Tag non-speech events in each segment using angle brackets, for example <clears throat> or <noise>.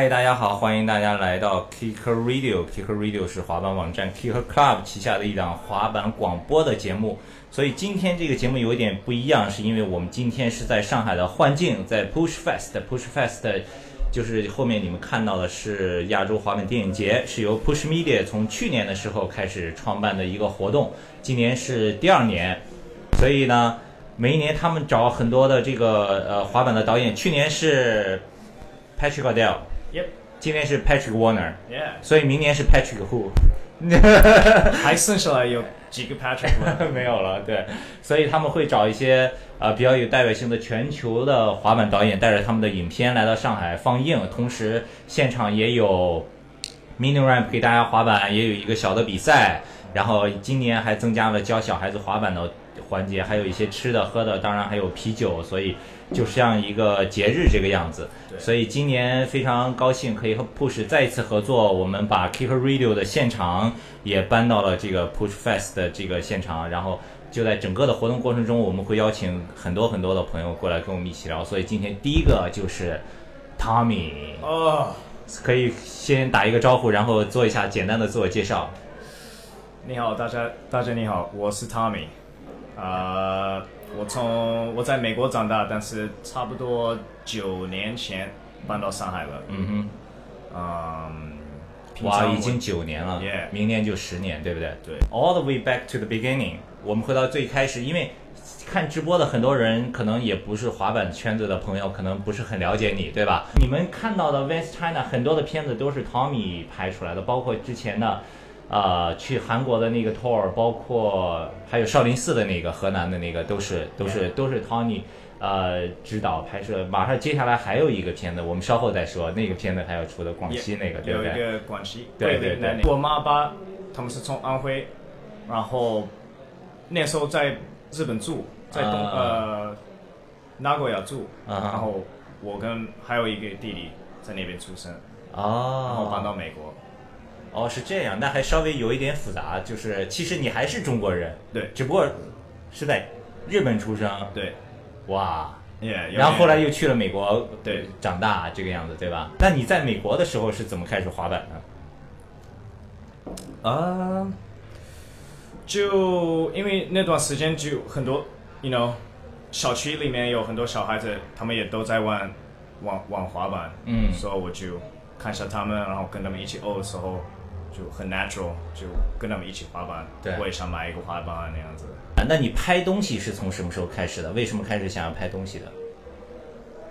嗨，大家好，欢迎大家来到 Kicker Radio。Kicker Radio 是滑板网站 Kicker Club 旗下的一档滑板广播的节目。所以今天这个节目有一点不一样，是因为我们今天是在上海的幻境，在 Push Fest。Push Fest 就是后面你们看到的是亚洲滑板电影节，是由 Push Media 从去年的时候开始创办的一个活动，今年是第二年。所以呢，每一年他们找很多的这个呃滑板的导演，去年是 Patrick O'Dell。 Yep. 今年是 Patrick Warner， Yeah. 所以明年是 Patrick Who，还剩下来有几个 Patrick <laughs> 吗？ <laughs> 没有了，对，所以他们会找一些呃比较有代表性的全球的滑板导演，带着他们的影片来到上海放映，同时现场也有 mini ramp 给大家滑板，也有一个小的比赛，然后今年还增加了教小孩子滑板的环节，还有一些吃的喝的，当然还有啤酒，所以就像一个节日这个样子。对所以今年非常高兴可以和 Push 再一次合作，我们把 Kicker Radio 的现场也搬到了这个 Push Fest 的这个现场，然后就在整个的活动过程中，我们会邀请很多很多的朋友过来跟我们一起聊。所以今天第一个就是 Tommy，哦，可以先打一个招呼，然后做一下简单的自我介绍。你好，大家，大家你好，我是 Tommy。呃，我从我在美国长大，但是差不多九年前搬到上海了。嗯嗯，哼，平哇，常我已经九年了 Yeah 明年就十年，对不对？对 All the way back to the beginning，我们回到最开始，因为看直播的很多人可能也不是滑板圈子的朋友，可能不是很了解你，对吧？嗯你们看到的 West China 很多的片子都是 Tommy 拍出来的，包括之前的。呃，去韩国的那个 tour，包括还有少林寺的那个河南的那个，都是都是都是 Tony 呃指导拍摄。马上接下来还有一个片子，我们稍后再说，那个片子还要出的广西那个，对不有一对？个广西，对对桂林南宁我妈爸他们是从安徽，然后那时候在日本住，在东、啊呃名古屋住，啊然后我跟还有一个弟弟在那边出生，啊然后哦搬到美国。哦，是这样，那还稍微有一点复杂，就是其实你还是中国人，对只不过是在日本出生，对，哇。也然后后来又去了美国，对，长大这个样子，对吧？那你在美国的时候是怎么开始滑板的？啊，就因为那段时间就很多，you know，小区里面有很多小孩子，他们也都在玩玩玩滑板，嗯所以我就看一下他们，然后跟他们一起哦的时候就很 natural，就跟他们一起滑板，对我也想买一个滑板那样子。啊，那你拍东西是从什么时候开始的？为什么开始想要拍东西的？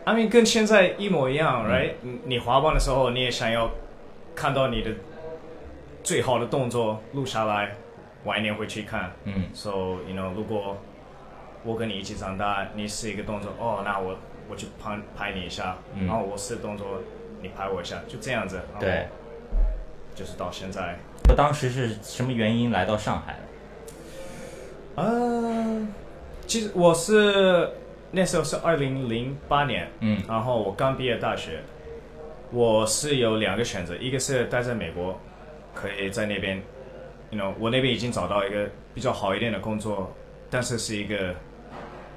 I mean，跟现在一模一样、嗯 r i g h t 你你滑板的时候，你也想要看到你的最好的动作录下来，晚一点回去看。嗯 So you know，如果我跟你一起长大，你是一个动作，哦，那我我去拍拍你一下，嗯然后我是动作，你拍我一下，就这样子。，对。，就是到现在。我当时是什么原因来到上海的？嗯，其实我是那时候是二零零八年，嗯然后我刚毕业大学，我是有两个选择，一个是待在美国，可以在那边，you know，我那边已经找到一个比较好一点的工作，但是是一个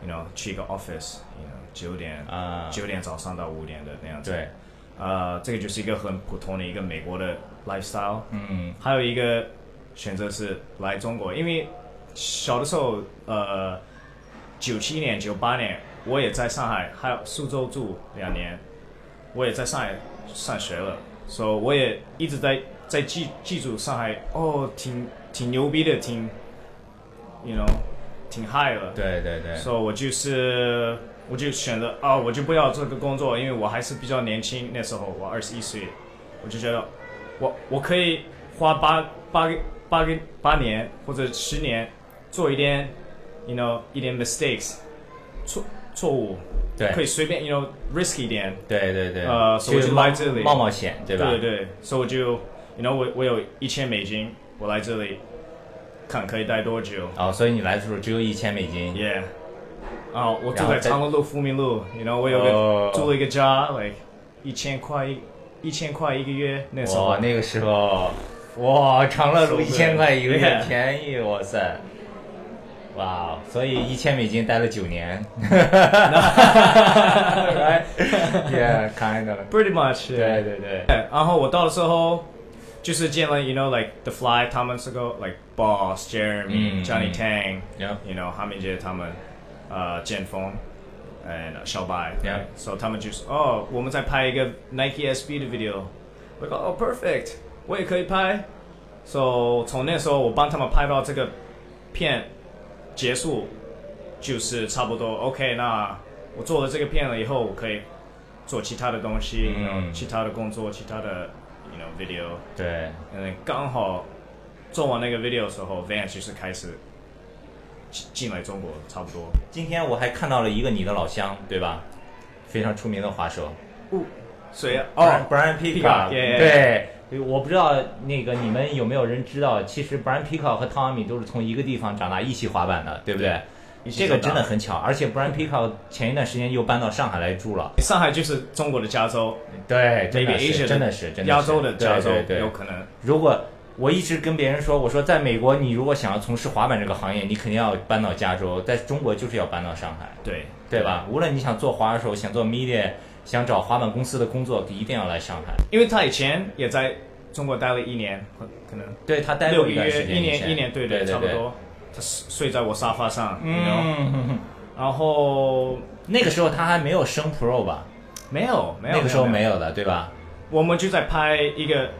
，you know，去一个 office，you know，九点啊九点早上到五点的那样子，对，呃，这个就是一个很普通的一个美国的 lifestyle，嗯还有一个选择是来中国，因为小的时候，呃，九七年、九八年，我也在上海还有苏州住两年，我也在上海上学了，所、以我也一直在在记记住上海，哦，挺挺牛逼的，挺，you know，挺 high 了。对对对，所以我就是我就选择啊，我就不要这个工作，因为我还是比较年轻，那时候我二十一岁，我就觉得我我可以花八八个八个八年或者十年做一点，you know 一点 mistakes 错错误，对可以随便 you know risk 一点，对对对，呃所以我去就冒来这里冒冒险，对吧？对对，所以我就 you know 我我有一千美金，我来这里看可以待多久，哦，所以你来的时候只有一千美金。 Yeah，啊、Oh, 我住然后在再长乐路、富民路，you know，我有哦个租了一个家，like 一千块一一千块一个月，那时候哇，那个时候，哇，长乐路收一费千块一个月，对便宜，哇塞！哇，所以一千美金待了九 <laughs> 年，right？Yeah, kind of。 pretty much Uh-huh, 对对对，对，然后我到的时候就是见了，you know like the fly 他们是个 like 嗯 boss Jeremy、Johnny Tang， Yeah. you know 哈明杰他们，呃，剑锋，and 小白 Yeah. right? so 他们就是哦，我们在拍一个 Nike SB 的 video，我说哦 perfect，我也可以拍，so 从那时候我帮他们拍到这个片结束，就是差不多 OK，那我做了这个片了以后，我可以做其他的东西，嗯然后其他的工作，其他的 you know video，对，嗯，刚好做完那个 video 的时候，Vans 就是开始进进来中国，差不多。今天我还看到了一个你的老乡，对吧？非常出名的滑手，所以哦哦， ，Brian Pickup， yeah, yeah, 对，我不知道那个你们有没有人知道，其实 Brian Pickup 和汤阿米都是从一个地方长大，一起滑板的，对不对？一起这个长真大的很巧，而且 Brian Pickup 前一段时间又搬到上海来住了，上海就是中国的加州对，真，maybe 的是 Asia 真的是真的是亚洲的加州对对对有可能。如果我一直跟别人说，我说在美国，你如果想要从事滑板这个行业，你肯定要搬到加州，在中国就是要搬到上海，对对吧？无论你想做滑手，想做 media，想找滑板公司的工作，一定要来上海。因为他以前也在中国待了一年，可可能对他待六过个一段时月，间一以前，年一年，对对差不。多。他睡在我沙发上，嗯然后嗯，嗯然后那个时候他还没有升 Pro 吧？没有没有，那个时候没有，有的，对吧？我们就在拍一个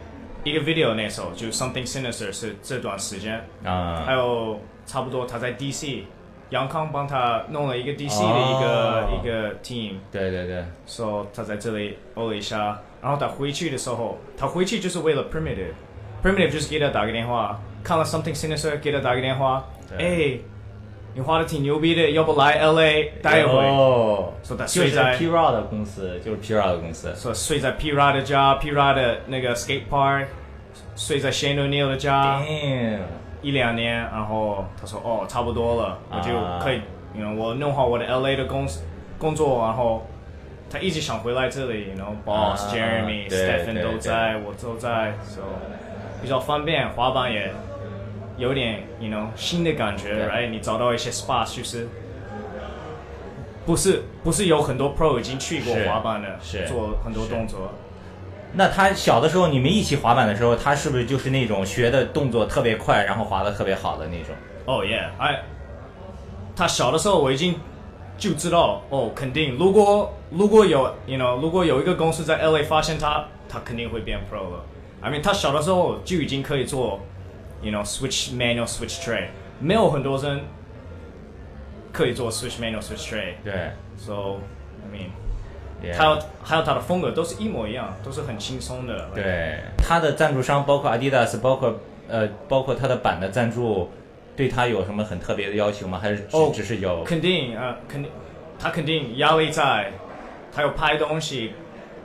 一个 video，那时候就 Something Sinister 是这段时间，还啊，有差不多他在 DC，杨康帮他弄了一个 DC 的一个、哦一个 team，对对对，说、so, 他在这里欧了一下，然后他回去的时候，他回去就是为了 primitive，primitive 就是给他打个电话，看了 something sinister 给他打个电话，哎对，你画的挺牛逼的，要不来 LA 待一会，哦，说他就睡是在 P Raw 的公司，就是 P Raw 的公司。说睡在 P Ra 的家，P Ra 的那个 skate park，睡在 Shane O'Neill 的家。 Damn，一两年，然后他说哦，差不多了，我就啊可以，you know, 我弄好我的 LA 的工工作，然后他一直想回来这里，you know boss、啊 Jeremy、对 Stephen 对都在，我都在，so 比较方便，滑板也有点 you know 新的感觉对，right？你找到一些 spot 就是。不是不是有很多 pro 已经去过是滑板的，是做很多是动作，那他小的时候，你们一起滑板的时候，他是不是就是那种学的动作特别快，然后滑的特别好的那种？哦耶，哎，Oh, 他小的时候我已经就知道哦，肯定如果如果有 you know 如果有一个公司在 LA 发现他，他肯定会变 pro 了。I mean 他小的时候就已经可以做 you know switch manual switch tray，没有很多人可以做 switch manual switch tray，so 对 I mean。 Yeah 还有还有他的风格都是一模一样，都是很轻松的。like，对，他的赞助商包括 Adidas，包括呃，包括他的板的赞助，对他有什么很特别的要求吗？还是只,、哦只是有肯定啊、呃肯定，他肯定压力在，他有拍东西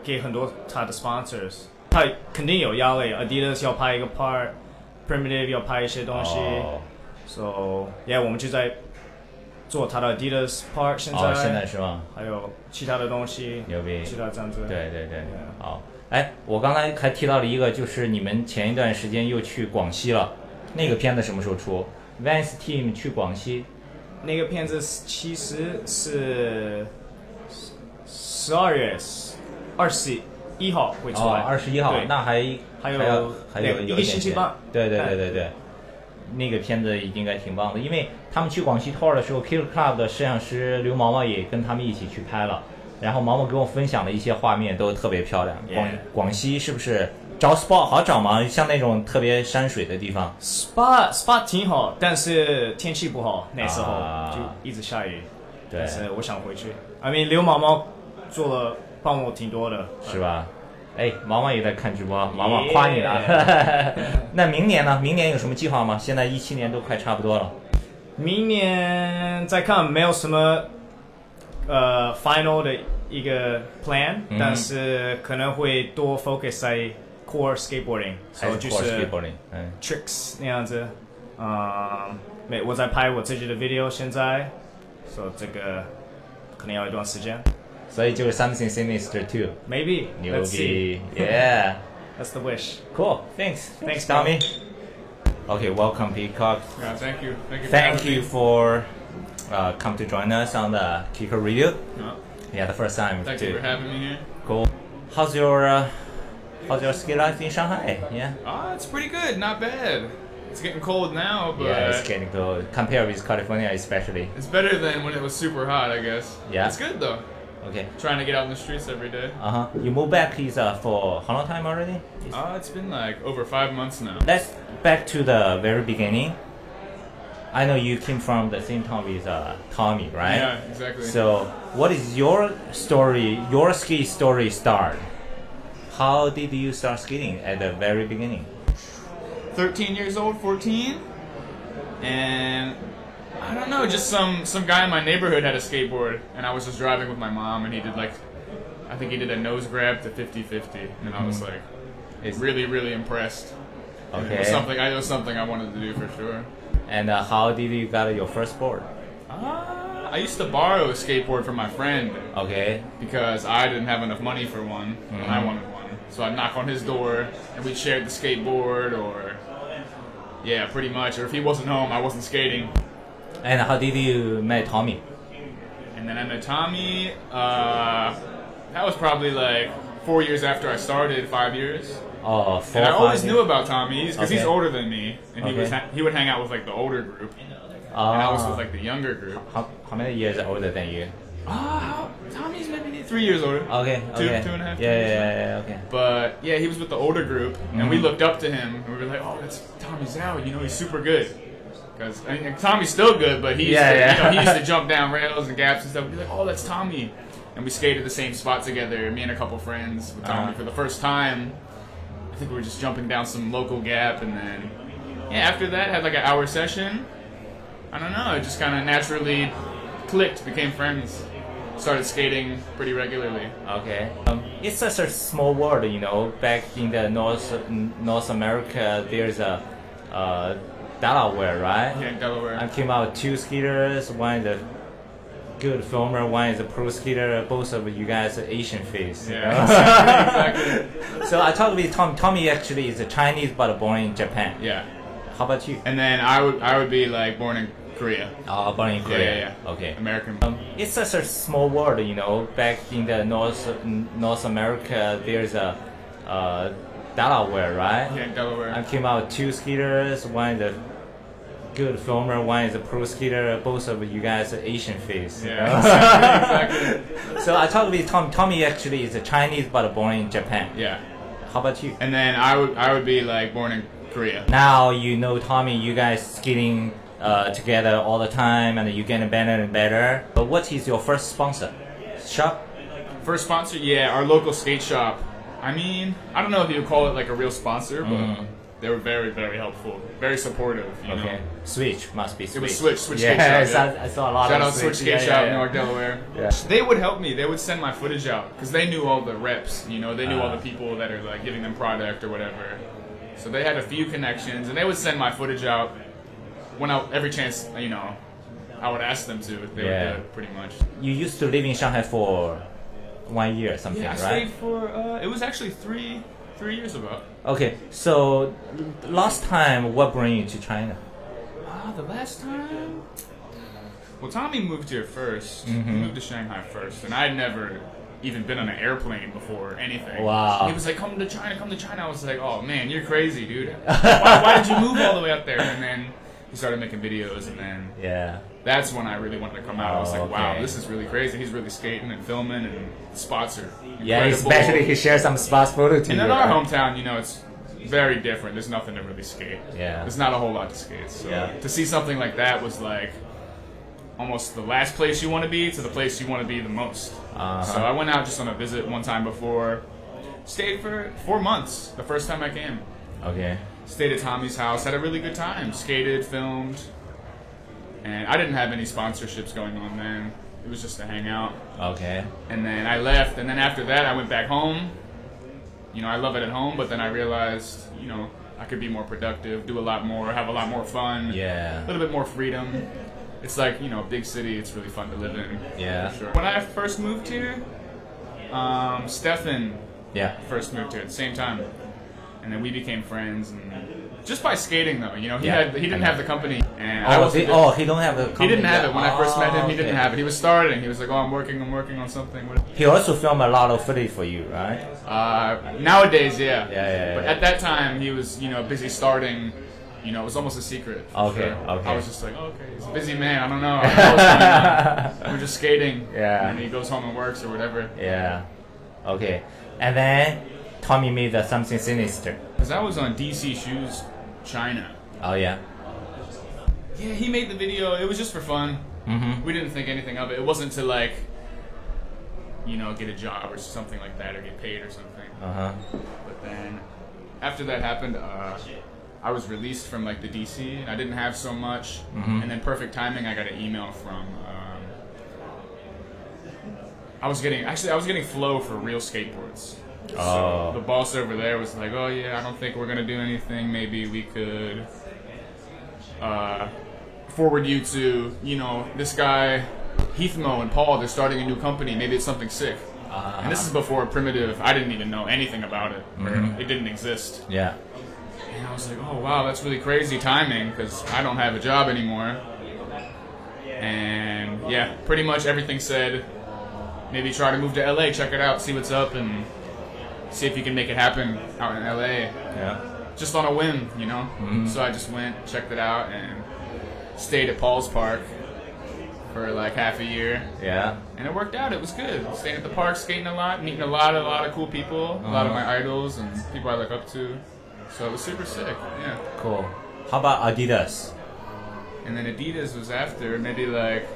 给很多他的 sponsors，他肯定有压力。Adidas 要拍一个 part，Primitive 要拍一些东西、哦 s o yeah，我们就在做他的 Adidas part，现在,、哦，现在是吗？还有其他的东西，牛逼其他站子，对对对对，好。哎，我刚才还提到了一个，就是你们前一段时间又去广西了，那个片子什么时候出？Vans Team 去广西，那个片子是其实是十二月二十一号会出哦，来，二十一号哎对，那还还有还有还有那有一个点星期点半对对哎对对对，那个片子应该挺棒的，因为他们去广西 tour 的时候，Killer Club 的摄像师刘毛毛也跟他们一起去拍了，然后毛毛给我分享的一些画面都特别漂亮。广 Yeah 广西是不是找 spot 好找吗？像那种特别山水的地方， SPA SPA 挺好，但是天气不好，那时候、啊就一直下雨。对但，是我想回去。I mean，刘毛毛做了帮我挺多的。是吧？哎，毛毛也在看直播，毛毛夸你了。 <laughs> 那明年呢？明年有什么计划吗？现在一七年都快差不 <laughs> 多了。明年再看，没有什么呃 final 的一个 plan，、嗯但是可能会多 focus 在 core skateboarding，还所是以就 course 是 skateboarding，嗯， tricks 那样子。嗯，没，我在拍我自己的 video，现在，所、以这个可能要一段时间所以就是 something sinister too。 ，maybe。牛 <laughs> Let's see. 逼，Yeah，cool，thanks，thanks，Tommy。 Okay, welcome Peacock. Yeah, thank you. Thank you. for Thank having you me. for uh, come to join us on the Kicker Radio. No, Yeah, the first time thank too. you for having me here. Cool. How's your uh, how's your ski life in Shanghai? Yeah. Ah, it's pretty good. Not bad. It's getting cold now, but Yeah, it's getting cold. Compared with California, especially. it's better than when it was super hot, I guess. Yeah. It's good though. Okay. Trying to get out in the streets every day. Uh huh. You moved back is uh, for how long time already? Ah, it's been like over five months now. Let's back to the very beginning. I know you came from the same town with uh, Tommy, right? Yeah, exactly. So, what is your story? Your ski story start? How did you start skiing at the very beginning? 13 years old, 14, and I don't know, just some some guy in my neighborhood had a skateboard, and I was just driving with my mom, and he did like, I think he did a nose grab to 50-50, and I was like, Hmm. Is- really really impressed. And It was Okay. something I it was something I wanted to do for sure. And uh, how did you got your first board? Ah, I used to borrow a skateboard from my friend Okay. because I didn't have enough money for one, and Mm-hmm. I wanted one. So I'd knock on his door, and we'd share the skateboard, or yeah, pretty much. Or if he wasn't home, I wasn't skating. And how did you met Tommy? And then I met Tommy. Uh, that was probably like four years after I started, five years. Oh, four. And I always five knew years- about Tommy because he's Okay. older than me, and he was Okay. ha- he would hang out with like the older group, and I was Ah. with like the younger group. how, how many years older than you? Ah, Tommy's maybe three years older. Okay. Two- okay. two and a half Yeah, years. yeah, yeah, yeah. Okay. But yeah, he was with the older group, and Mm-hmm. we looked up to him, and we were like, "Oh, that's Tommy Zhao. You know, he's super good." Because I mean, Tommy's still good, but he used, Yeah, to, yeah. You know, he <laughs> used to jump down rails and gaps and stuff. We'd be like, "Oh, that's Tommy," and we skated the same spot together, me and a couple friends with Tommy Uh-huh. for the first time. I think we were just jumping down some local gap, and then yeah, after that had like an hour session. I don't know, it just kind of naturally clicked, became friends, started skating pretty regularly. Okay. Um, it's such a small world, you know. Back in the North n- North America, there's a uh, Delaware, right? Yeah, in Delaware. I came out two skaters. One is a good filmer. One is a pro skater. Both of you guys are Asian face. you Yeah, know? exactly. <laughs> so I talked with Tom. Tommy actually is a Chinese, but born in Japan. Yeah. How about you? And then I would I would be like born in Korea. Uh, born in Yeah, Korea. yeah, yeah. Okay. American. Um, it's such a small world, you know. Back in the North n- North America, there's a uh, Delaware, right? Yeah, in Delaware. I came out two skaters. One is a good filmer. One is a pro skater. Both of you guys are Asian face. you yeah. know? <laughs> Exactly. exactly. so I talked with Tom. Tommy actually is a Chinese, but born in Japan. Yeah. How about you? And then I would I would be like born in Korea. Now you know Tommy. You guys skating uh, together all the time, and you getting better and better. But what is your first sponsor? Shop. First sponsor, yeah, our local skate shop. I mean, I don't know if you would call it like a real sponsor, but Mhm. they were very very helpful, very supportive. You Okay. know. Switch must be switch. It was Switch, Switch yeah, Skate Shop, I, saw, I saw a lot Shout of out Switch Skate yeah, Shop, yeah, yeah. Newark, Delaware. Yeah. They would help me. They would send my footage out because they knew all the reps. You know, they knew all Ah. the people that are like giving them product or whatever. So they had a few connections, and they would send my footage out when I every chance you know I would ask them to. They Yeah. would do it pretty much. You used to live in Shanghai for one year, or something, Yeah, I right? stayed for. Uh, it was actually three three years ago. Okay. So last time, what brought you to China? Ah, the last time. Well, Tommy moved here 1st Mm-hmm. He moved to Shanghai first, and I'd never even been on an airplane before or anything. Wow. He was like, "Come to China, come to China." I was like, "Oh man, you're crazy, dude. <laughs> Why, why did you move all the way up there?" And then he started making videos, and then Yeah. that's when I really wanted to come out. I was Oh, like, "Wow, okay. this is really crazy. He's really skating and filming, and the spots are incredible." Yeah, especially he shared some spots photo to and you. in our right? hometown, you know, it's very different. There's nothing to really skate. Yeah. There's not a whole lot to skate. So Yeah. to see something like that was like almost the last place you want to be to the place you want to be the most. Uh-huh. So I went out just on a visit one time before. Stayed for four months the first time I came. Okay. Stayed at Tommy's house, had a really good time. Skated, filmed. And I didn't have any sponsorships going on then. It was just to hang out. Okay. And then I left, and then after that, I went back home. You know, I love it at home, but then I realized, you know, I could be more productive, do a lot more, have a lot more fun, a Yeah. little bit more freedom. It's like, you know, a big city, it's really fun to live in. Yeah. for sure. When I first moved here, um, Stefan Yeah. first moved here at the same time. and then we became friends, and just by skating though, you know, he Yeah, had he I didn't know. have the company, and I Oh, wasn't. he, oh, he don't have a. he didn't company have yet. it when I first met him. He Oh, didn't okay. have it. He was starting. He was like, "Oh, I'm working. I'm working on something." Whatever. He also filmed a lot of footage for you, right? Uh, nowadays, yeah. Yeah, yeah, But yeah. at that time, he was, you know, busy starting. You know, it was almost a secret. for Okay, sure. okay. I was just like, oh, okay, he's a busy man. I don't <laughs> know. I don't know what's going on. We're just skating. Yeah. And he goes home and works or whatever. Yeah. Okay. And then Tommy made the something sinister. Because I was on DC Shoes China. Oh yeah. Yeah, he made the video. It was just for fun. Mhm. We didn't think anything of it. It wasn't to like, you know, get a job or something like that, or get paid or something. Uh huh. But then after that happened, uh, I was released from like the DC, and I didn't have so much. And then perfect timing, I got an email from. Um, I was getting actually I was getting flow for real skateboards. Oh. The boss over there was like, "Oh yeah, I don't think we're gonna do anything. Maybe we could uh, forward you to you know this guy Heathmo and Paul. They're starting a new company. Maybe it's something sick." Ah. And this is before primitive. I didn't even know anything about it. or It didn't exist. Yeah. And I was like, oh wow, that's really crazy timing because I don't have a job anymore. And yeah, pretty much everything said. Maybe try to move to LA, check it out, see what's up, and see if you can make it happen out in LA. Yeah. Just on a whim, you know. So I just went, checked it out, and stayed at Paul's Park for like half a year. Yeah. And it worked out. It was good. Staying at the park, skating a lot, meeting a lot, a lot of cool people, a lot of Uh-huh. my idols and people I look up to. So it was super sick. Yeah. Cool. How about Adidas? And then Adidas was after, maybe like,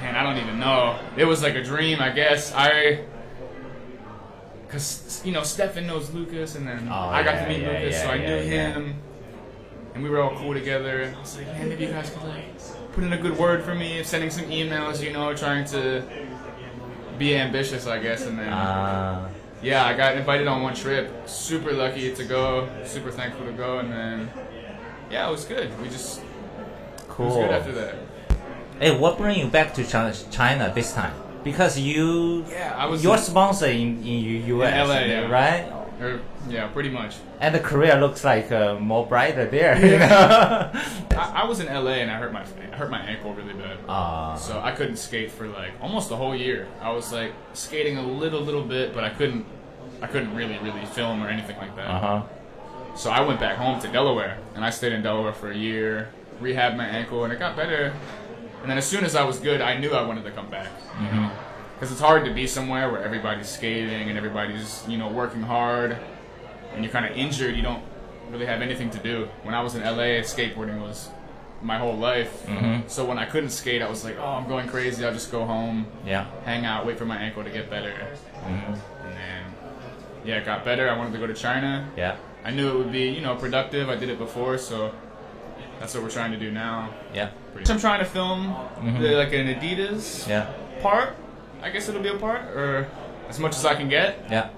man, I don't even know. It was like a dream, I guess. I, cause you know, Stefan knows Lucas, and then Oh, I got yeah, to meet yeah, Lucas, yeah, so I yeah, knew yeah. him, and we were all cool together. And I was like, man, maybe you guys could like put in a good word for me, sending some emails, you know, trying to be ambitious, I guess. And then Uh, yeah, I got invited on one trip. Super lucky to go. Super thankful to go, and then. Yeah, it was good. We just it was cool. good after that. Hey, what bring you back to China, China this time? Because you, Yeah, I was your in- sponsor in in U- U.S. LA, yeah. right? Or, yeah, pretty much. And the career looks like uh, more brighter there. You <laughs> know? I, I was in LA and I hurt my I hurt my ankle really bad, Ah. so I couldn't skate for like almost the whole year. I was like skating a little little bit, but I couldn't I couldn't really really film or anything like that. Uh huh. So I went back home to Delaware and I stayed in Delaware for a year, rehabbed my ankle, and it got better. And then as soon as I was good, I knew I wanted to come back. You know, because it's hard to be somewhere where everybody's skating and everybody's you know working hard, and you're kind of injured. You don't really have anything to do. When I was in LA, skateboarding was my whole life. So when I couldn't skate, I was like, oh, I'm going crazy. I'll just go home, Yeah. hang out, wait for my ankle to get better. And then, yeah, it got better. I wanted to go to China. Yeah. I knew it would be, you know, productive. I did it before, so that's what we're trying to do now. Mm-hmm. Yeah. I'm trying to film the, like an Adidas Yeah. part. I guess it'll be a part, or as much as I can get, Yeah.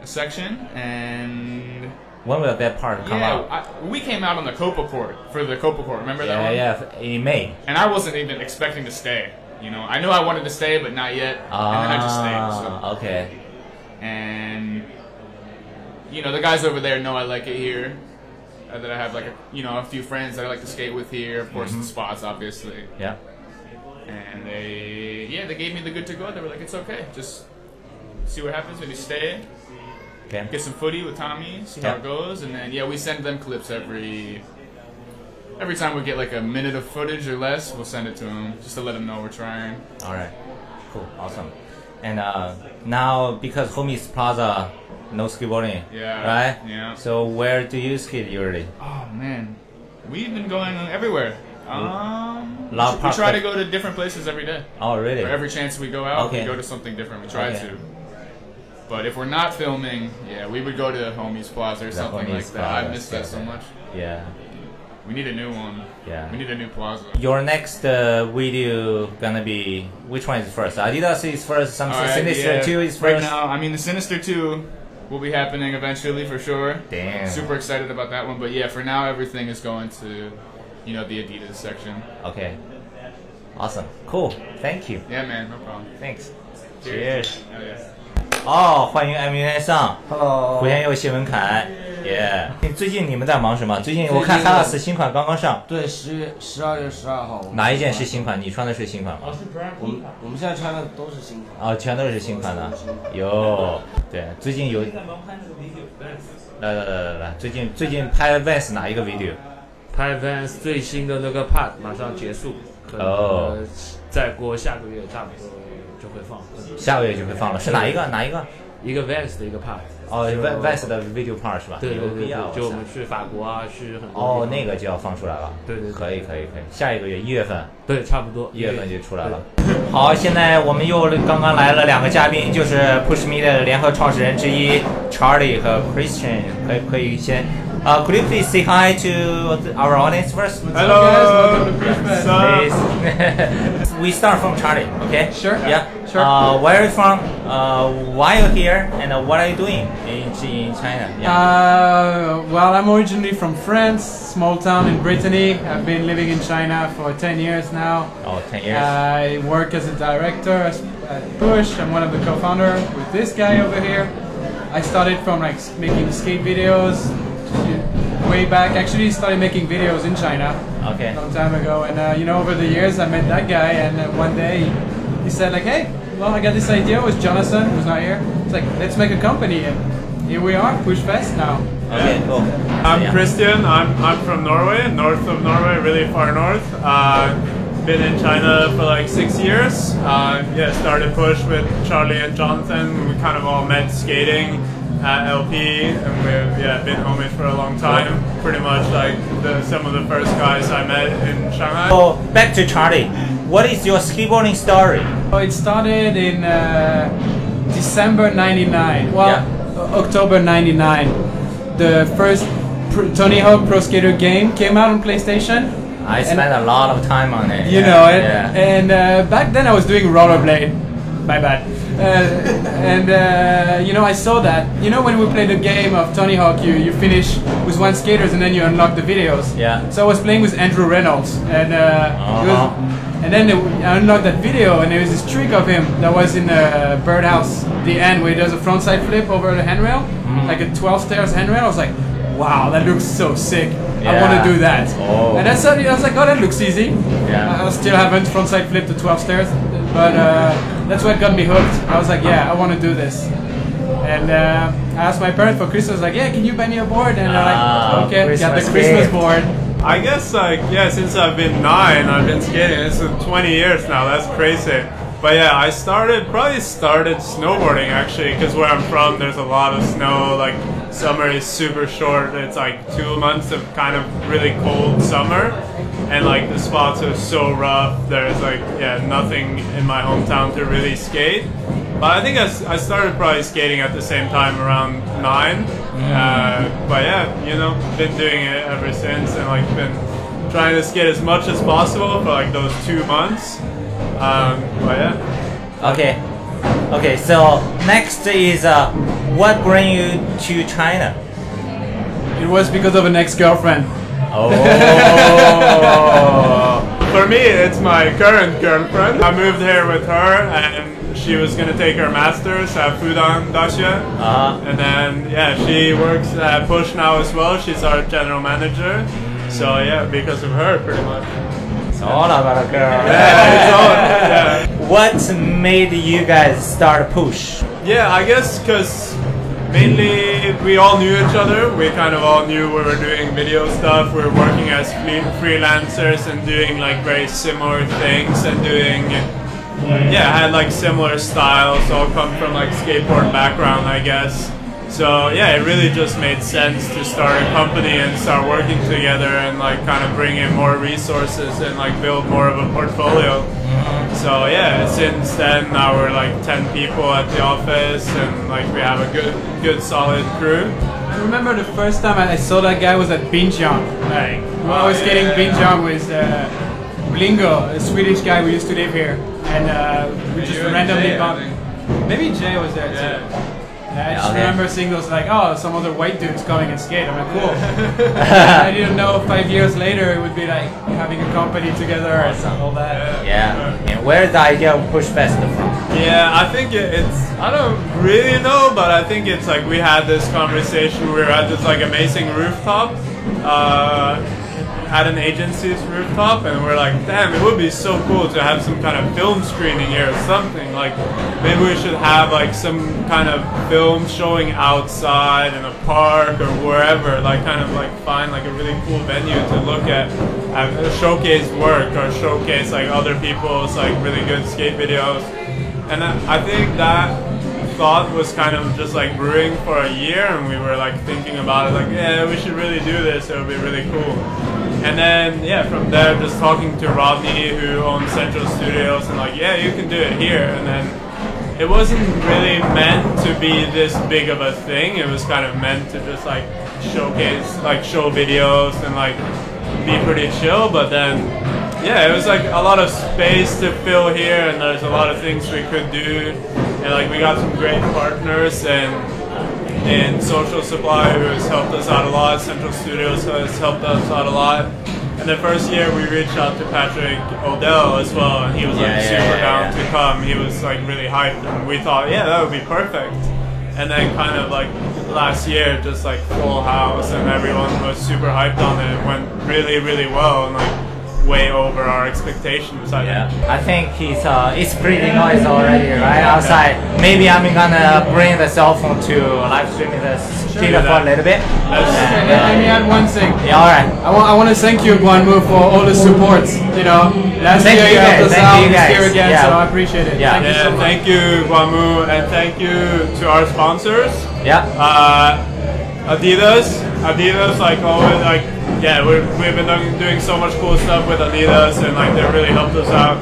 a section. And When will that part come yeah, out? I, we came out on the Copa Court for the Copa Court. Remember that Yeah, one? yeah, in May. And I wasn't even expecting to stay. You know, I knew I wanted to stay, but not yet. and then I just stayed. So. Ah, Okay. and you know the guys over there know I like it here. Uh, that I have like a, you know a few friends that I like to skate with here. Of course, the spots obviously, Yeah. and they yeah they gave me the good to go. They were like, it's okay, just see what happens. Maybe stay, Okay. get some footy with Tommy, see Yeah. how it goes, and then yeah we send them clips every. Every time we get like a minute of footage or less, we'll send it to them just to let them know we're trying. All right. Cool. Awesome. And uh, now because Homies Plaza, no skateboarding. Yeah, Right. yeah. So where do you skate usually? Oh man, we've been going everywhere. Mm. Um, we Loud tr- we pop- try to go to different places every day. Oh, really? For every chance we go out, Okay. we go to something different. We try Okay. to. But if we're not filming, yeah, we would go to Homies Plaza or something Homies like that. Plaza, I miss that so yeah. much. Yeah. We need a new one. Yeah. We need a new plaza. Your next uh, video gonna be which one is first? Adidas is first. Something All right, Sinister yeah, Two is right first. now. I mean, the Sinister Two will be happening eventually for sure. Damn. Super excited about that one. But yeah, for now, everything is going to, you know, the Adidas section. Okay. Awesome. Cool. Thank you. Yeah, man, no problem. Thanks. Cheers. Hell yeah. 哦，欢迎艾明安上， Hello，胡天佑、谢文凯，耶、最近你们在忙什么？最近我最看近 h a l a s 新款刚刚上，对，十月十二月十二号。我们哪一件是？新款？你穿的是新款吗？我们我们现在穿的都是新款。啊，全都是新款的。有，对，最近有。来来来来来，最近最近拍 Vans 哪一个 video？拍 Vans 最新的那个 part 马上结束，可能、哦再过下个月差不多就会放，可能下个月就会放了，是哪一个哪一个？一个 Vans 的一个 part。哦，Van-，Vans 的 video part 是吧？对对牛对逼啊！对，就我我操们去法国啊，去很多哦，地方那个就要放出来了。对对对可以可以可以，下一个月一月份，对，差不多一月份就出来了。好，现在我们又刚刚来了两个嘉宾，就是 Push Me 的联合创始人之一 Charlie 和 Christian，可以可以先。呃、c o u l d you please say hi to our audience first? Hello. Please. <laughs> we start from Charlie, okay? Sure. Yeah. Sure. Uh, where are you from? Uh, why are you here? And uh, what are you doing in, in China? Yeah. Uh, well, I'm originally from France, small town in Brittany. I've been living in China for 10 years now. oh, 10 years. I work as a director as- at Push. I'm one of the co-founder with this guy over here. I started from like s- making skate videos to- way back. Actually, started making videos in China okay. a long time ago. And uh, you know, over the years, I met that guy, and uh, one day he said like, "Hey, well, I got this idea." It was Jonathan who's not here. It's like, let's make a company, and here we are, Push Fest now. Okay, cool. I'm Yeah. Christian. I'm, I'm from Norway, north of Norway, really far north. Uh, been in China for like six years. Uh, yeah, started Push with Charlie and Jonathan. We kind of all met skating at LP, and we've yeah been homies for a long time. Pretty much like the, some of the first guys I met in Shanghai. So back to Charlie. What is your skateboarding story? So it started in uh, December 99. Well, Yeah. o- October 99. The first pr- Tony Hawk Pro Skater game came out on PlayStation. I And- spent a lot of time on it. You yeah, know it. Yeah. And uh, back then I was doing rollerblade. My bad. Uh, and uh, you know I saw that. You know when we played the game of Tony Hawk, you you finish with one skaters and then you unlock the videos. Yeah. So I was playing with Andrew Reynolds and uh, it was, Uh-huh. and then I unlocked that video and there was this trick of him that was in uh, Birdhouse, the end where he does a frontside flip over the handrail, Mm-hmm. like a 12 stairs handrail. I was like, wow, that looks so sick. I want Yeah. to do that. Oh. And I saw it, I was like, oh, that looks easy. Yeah. I, I still haven't frontside flipped the 12 stairs, but uh, that's what got me hooked. I was like, yeah, I want to do this. And uh, I asked my parents for Christmas, like, yeah, can you buy me a board? And they're Ah, like, okay, got Christmas the Christmas gift. board. I guess like yeah, since I've been nine, I've been skating. This is 20 years now. That's crazy. But yeah, I started probably started snowboarding actually because where I'm from, there's a lot of snow. Like summer is super short. It's like two months of kind of really cold summer, and like the spots are so rough. There's like yeah, nothing in my hometown to really skate. But I think I, s- I started probably skating at the same time around nine. Uh, but yeah, you know, been doing it ever since, and like been trying to skate as much as possible for like those two months. Um, but yeah, Okay. Okay. So next is uh, what bring you to China? It was because of an ex-girlfriend. Oh. Uh, for me, it's my current girlfriend. I moved here with her, and she was gonna take her masters at Fudan Dasha. uh, And then, yeah, she works at Push now as well. She's our general manager. So, yeah, because of her, pretty much. it's all about a girl. Yeah, it's all- yeah. What made you guys start <laughs> push? Yeah, I guess because mainly we all knew each other. We kind of all knew we were doing video stuff. We were working as fle- freelancers and doing like very similar things and doing. Yeah, had like similar styles, all come from like skateboard background, I guess. So yeah, it really just made sense to start a company and start working together and like kind of bring in more resources and like build more of a portfolio. So yeah, since then now we're like ten people at the office, and like we have a good, good solid crew. I remember the first time I I saw that guy was at Binjong. Like, when I was Oh, skating yeah. Binjong with uh, Blingo, a Swedish guy who used to live here, and uh, we just you and Jay, I randomly bumped. Maybe Jay was there too. And I just okay. remember seeing those like, oh, some other white dude's coming and skate. I'm like, cool. <laughs> I didn't know five years later it would be like having a company together and all that. Yeah. And Where the idea of Push Fest from? Yeah, I think it, it's. I don't really know, but I think it's like we had this conversation. We were at this like amazing rooftop, uh, at an agency's rooftop, and we're like, damn, it would be so cool to have some kind of film screening here or something. Like, maybe we should have like some kind of film showing outside in a park or wherever. Like, kind of like find like a really cool venue to look at, at showcase work or showcase like other people's like really good skate videos. And I I think that thought was kind of just like brewing for a year, and we were like thinking about it, like, yeah, we should really do this. It would be really cool. And then yeah, from there, just talking to Rodney, who owns Central Studios, and like, yeah, you can do it here. And then it wasn't really meant to be this big of a thing. It was kind of meant to just like showcase, like show videos, and like be pretty chill. But then yeah, it was like a lot of space to fill here, and there's a lot of things we could do, and like we got some great partners and and Social Supply who has helped us out a lot, Central Studios has helped us out a lot. And the first year we reached out to Patrick Odell as well, and he was like Yeah, yeah, super yeah, down yeah. to come. He was like really hyped, and we thought, yeah, that would be perfect. And then kind of like last year, just like full house, and everyone was super hyped on it. It went really, really well, and like way over our expectations. I Yeah, think. I think it's uh, it's pretty noisy already, right outside. Maybe I'm gonna bring the cell phone to live streaming the do video for a that. little bit. And And, let me uh, add one thing. yeah, all right. I want, I want to thank you, Guanmu, for all the support. You know, last Thank year you you guys, helped us thank out. you This guys. year again, Yeah. so I appreciate it. Yeah. Thank you so Yeah, much. thank you, Guamu, and thank you to our sponsors. Yeah. Uh, Adidas, Adidas, like always, like yeah, we've, we've been doing, doing so much cool stuff with Adidas, and like they really helped us out.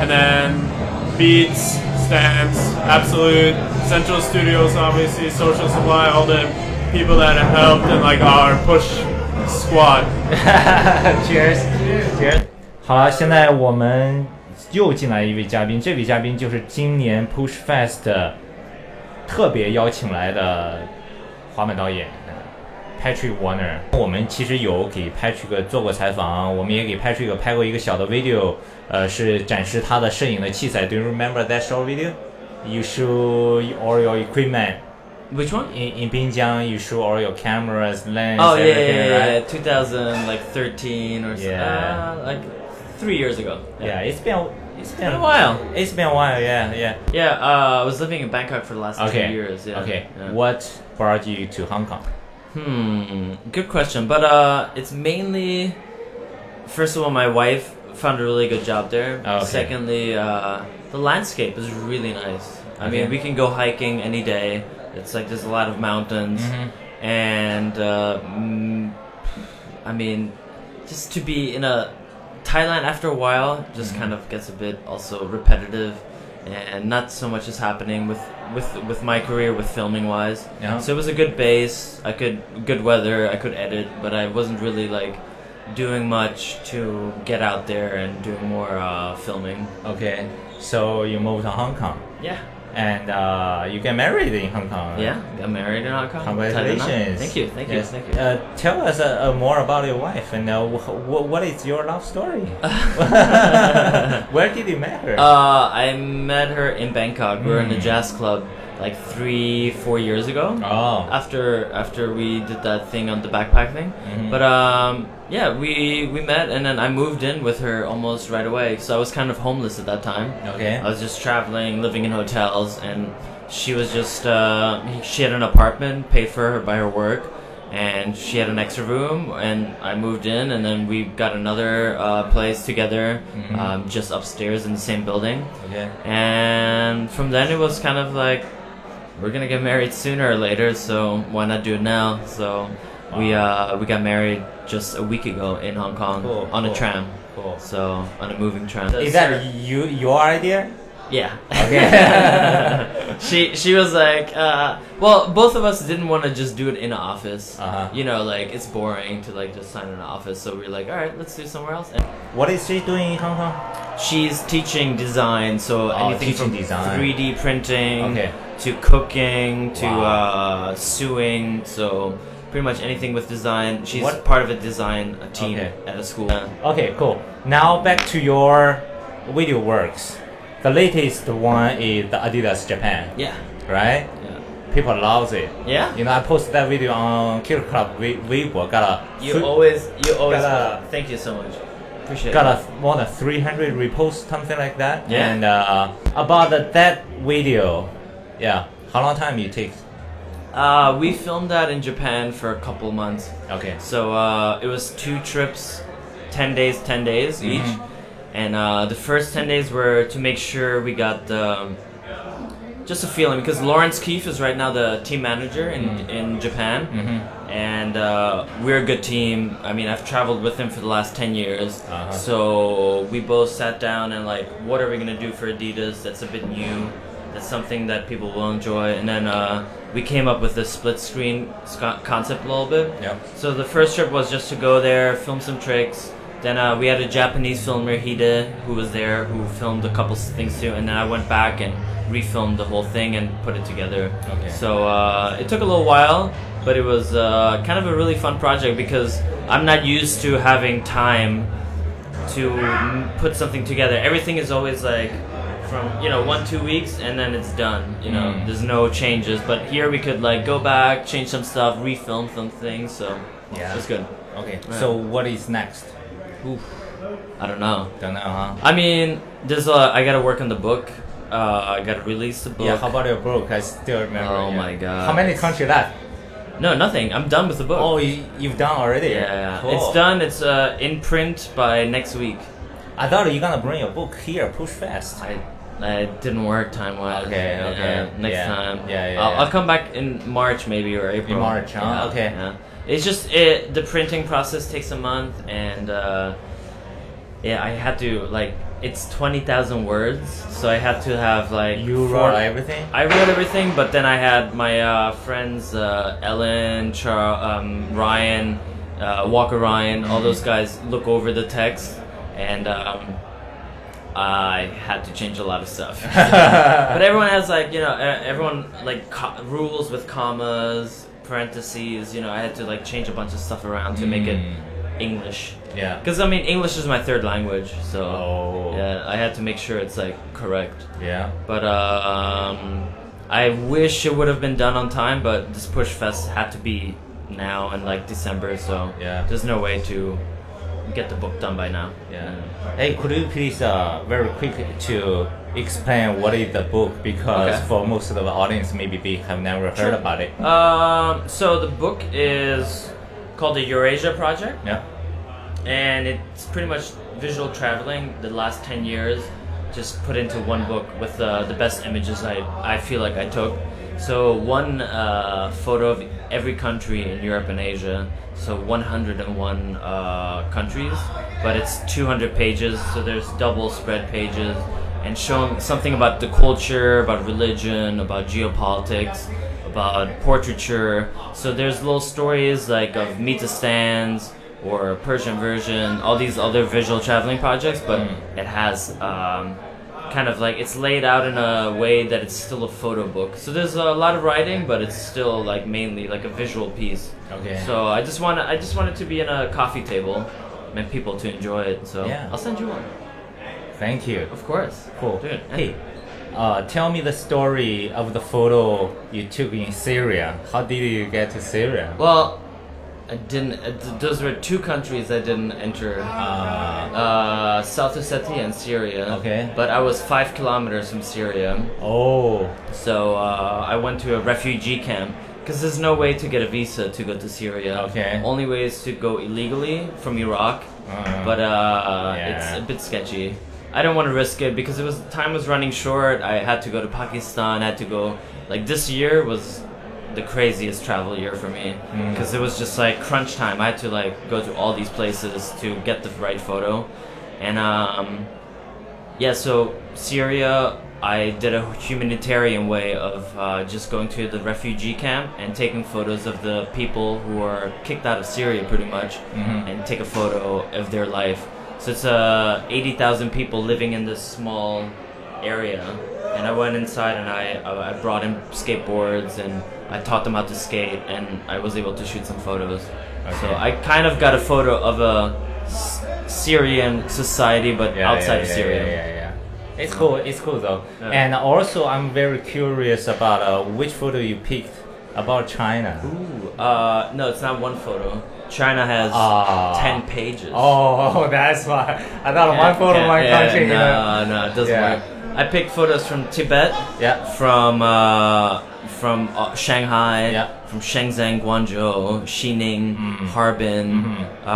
And then Beats, Stamps, Absolute, Central Studios, obviously, Social Supply, all the people that have helped, and like our push squad. Cheers. Cheers.好了，现在我们又进来一位嘉宾，这位嘉宾就是今年 Push Fest 特别邀请来的滑板导演呃 Patrick Warner。我们其实有给 Patrick 做过采访，我们也给 Patrick 拍过一个小的 video，呃，是展示他的摄影的器材。Do you remember that short video? You show all your equipment Which one? in in Binjiang. You show all your cameras, lens, Oh yeah, yeah, everything, yeah, right? yeah, 2000 like 13 or so, Yeah. uh, like three years ago. Yeah, it's been it's been Been a while. It's been a while, yeah, yeah. Yeah, uh, I was living in Bangkok for the last Okay. two years. Yeah. Okay. yeah. What brought you to Hong Kong? Hmm. Good question, but uh, it's mainly first of all, my wife found a really good job there. Oh, okay. Secondly, uh, the landscape is really nice. I Okay. mean, we can go hiking any day. It's like there's a lot of mountains, Mm-hmm. and uh, mm, I mean, just to be in a Thailand after a while just Mm-hmm. kind of gets a bit also repetitive, and not so much is happening with with with my career with filming wise. Yeah. So it was a good base. I could good weather. I could edit, but I wasn't really like doing much to get out there and do more uh, filming. Okay. So you moved to Hong Kong Yeah, and uh, you get married in Hong Kong. right? yeah. Got married in Hong Kong. Congratulations. Thank you. Thank Yes. you. Thank you. Uh, tell us uh, uh, more about your wife and uh, wh- wh- what is your love story? <laughs> <laughs> Where did you meet <laughs> her? Uh, I met her in Bangkok. We were in a jazz club like three, four years ago. Hmm. oh. After after we did that thing on the backpack thing, Mhm. but um, yeah, we we met and then I moved in with her almost right away. So I was kind of homeless at that time. Okay. I was just traveling, living in hotels, and she was just uh, she had an apartment paid for her by her work, and she had an extra room, and I moved in, and then we got another uh, place together, Mhm. um, just upstairs in the same building, Okay. and from then it was kind of like we're gonna get married sooner or later, so why not do it now? So. We uh we got married just a week ago in Hong Kong Cool, on cool. a tram, Cool. so on a moving tram. Is that you your idea? Yeah. she she was like, uh, well, both of us didn't want to just do it in an office. Uh-huh. You know, like it's boring to like just sign in an office. So we are like, all right, let's do it somewhere else. And What is she doing in Hong Kong? Oh, she's teaching design, so anything teaching from design. 3D printing Okay. to cooking to Wow. uh, sewing. So pretty much anything with design. She's What- part of a design team Okay. at a school. Yeah. Okay, cool. Now back to your video works. The latest one is the Adidas Japan, Yeah. right? Yeah. People loves it. Yeah. You know, I posted that video on Killer Club Wei- Weibo, got a You thr- always, you always. Gotta- thank you so much. Appreciate got it. a, more than 300 reposts, something like that. Yeah. And uh, about the, that video, yeah, how long time you take? Uh, we filmed that in Japan for a couple months. Okay. So uh, it was two trips, ten days, ten days Mm-hmm. each, and uh, the first ten days were to make sure we got um, just a feeling because Lawrence Keefe is right now the team manager in Mm-hmm. in Japan, and uh, we're a good team. I mean, I've traveled with him for the last ten years, Uh-huh. so we both sat down and like, what are we gonna do for Adidas? That's a bit new. That's something that people will enjoy, and then uh, we came up with the split screen sco- concept a little bit. Yeah. So the first trip was just to go there, film some tricks. Then uh, we had a Japanese filmer, Hide, who was there, who filmed a couple s- things too. And then I went back and refilmed the whole thing and put it together. Okay. So uh, it took a little while, but it was uh, kind of a really fun project because I'm not used to having time to m- put something together. Everything is always like from you know one two weeks and then it's done. You know, Mm. there's no changes. But here we could like go back, change some stuff, refilm some things. So Yeah. it's good. Okay. So what is next? I don't know. Don't know, uh-huh. huh? I mean, there's a. I gotta work on the book. Uh, I gotta release the book. Yeah, how about your book? I still remember. Oh yeah. my God. How many country left? no, nothing. I'm done with the book. Oh, you, you've done already? yeah, Cool. it's done. It's uh, in print by next week. I thought you're gonna bring your book here, Push Fest. I I didn't work time wise. Okay, okay, next yeah, time. yeah, yeah, I'll, yeah. I'll come back in March maybe or April. In March, huh? Yeah, Okay. Yeah. It's just it, the printing process takes a month, and uh, yeah, I had to like it's twenty thousand words, so I had to have like You four- wrote everything? I wrote everything, but then I had my uh, friends uh, Ellen, Char- um, Ryan, uh, Walker Ryan, all Mm-hmm. those guys look over the text, and um, I had to change a lot <laughs> of stuff. but everyone has like you know e- everyone like co- rules with commas, parentheses. You know, I had to like change a bunch of stuff around to make it English. Mm. Yeah. Because I mean, English is my third language, so Oh. yeah, I had to make sure it's like correct. Yeah. But uh, um, I wish it would have been done on time, but this push fest had to be now in like December, so Yeah. there's no way to get the book done by now. Yeah. Hey, could you please uh, very quick to explain what is the book because Okay. for most of the audience maybe they have never heard about it. Um, so the book is called the Eurasia Project, Yeah. and it's pretty much visual traveling. The last ten years, just put into one book with uh, the best images I I feel like I took. So one uh, photo of every country in Europe and Asia. So 101 uh, countries, but it's 200 pages. So there's double spread pages, and showing something about the culture, about religion, about geopolitics, about portraiture. So there's little stories like of Meet the Stands or Persian version, all these other visual traveling projects, but it has um, kind of like it's laid out in a way that it's still a photo book. So there's a lot of writing, but it's still like mainly like a visual piece. Okay. So I just want I just want it to be in a coffee table, meant people to enjoy it. So Yeah. I'll send you one, Thank you. of course. Cool. Dude, Hey, uh, tell me the story of the photo you took in Syria. How did you get to Syria? Well, I didn't. Uh, th- those were two countries I didn't enter. Uh, Uh, South Ossetia and Syria. Okay. But I was five kilometers from Syria, oh, so uh, I went to a refugee camp because there's no way to get a visa to go to Syria. Okay. Only way is to go illegally from Iraq, Uh, but uh, yeah. it's a bit sketchy. I didn't want to risk it because it was time was running short. I had to go to Pakistan. I had to go. Like this year was the craziest travel year for me because it was just like crunch time. I had to like go to all these places to get the right photo, and um, yeah. So Syria, I did a humanitarian way of uh, just going to the refugee camp and taking photos of the people who were kicked out of Syria, pretty much, Mm-hmm. and take a photo of their life. So it's uh, eighty thousand people living in this small area and I went inside and I, I brought in skateboards and I taught them how to skate and I was able to shoot some photos. So I kind of got a photo of a S- Syrian society but yeah, outside yeah, of yeah, Syria. Yeah, yeah, It's cool. It's cool though. Yeah. And also, I'm very curious about uh, which photo you picked about China. Ooh, uh, no, it's not one photo. China has Ah. ten pages. Oh, <laughs> that's why I thought Yeah, one photo, yeah, one yeah, country. you know. uh, No, no, it doesn't Yeah. work. I picked photos from Tibet, Yeah. from uh, from uh, Shanghai, Yeah. Mm-hmm. from Shenzhen, Guangzhou, Xining, Harbin,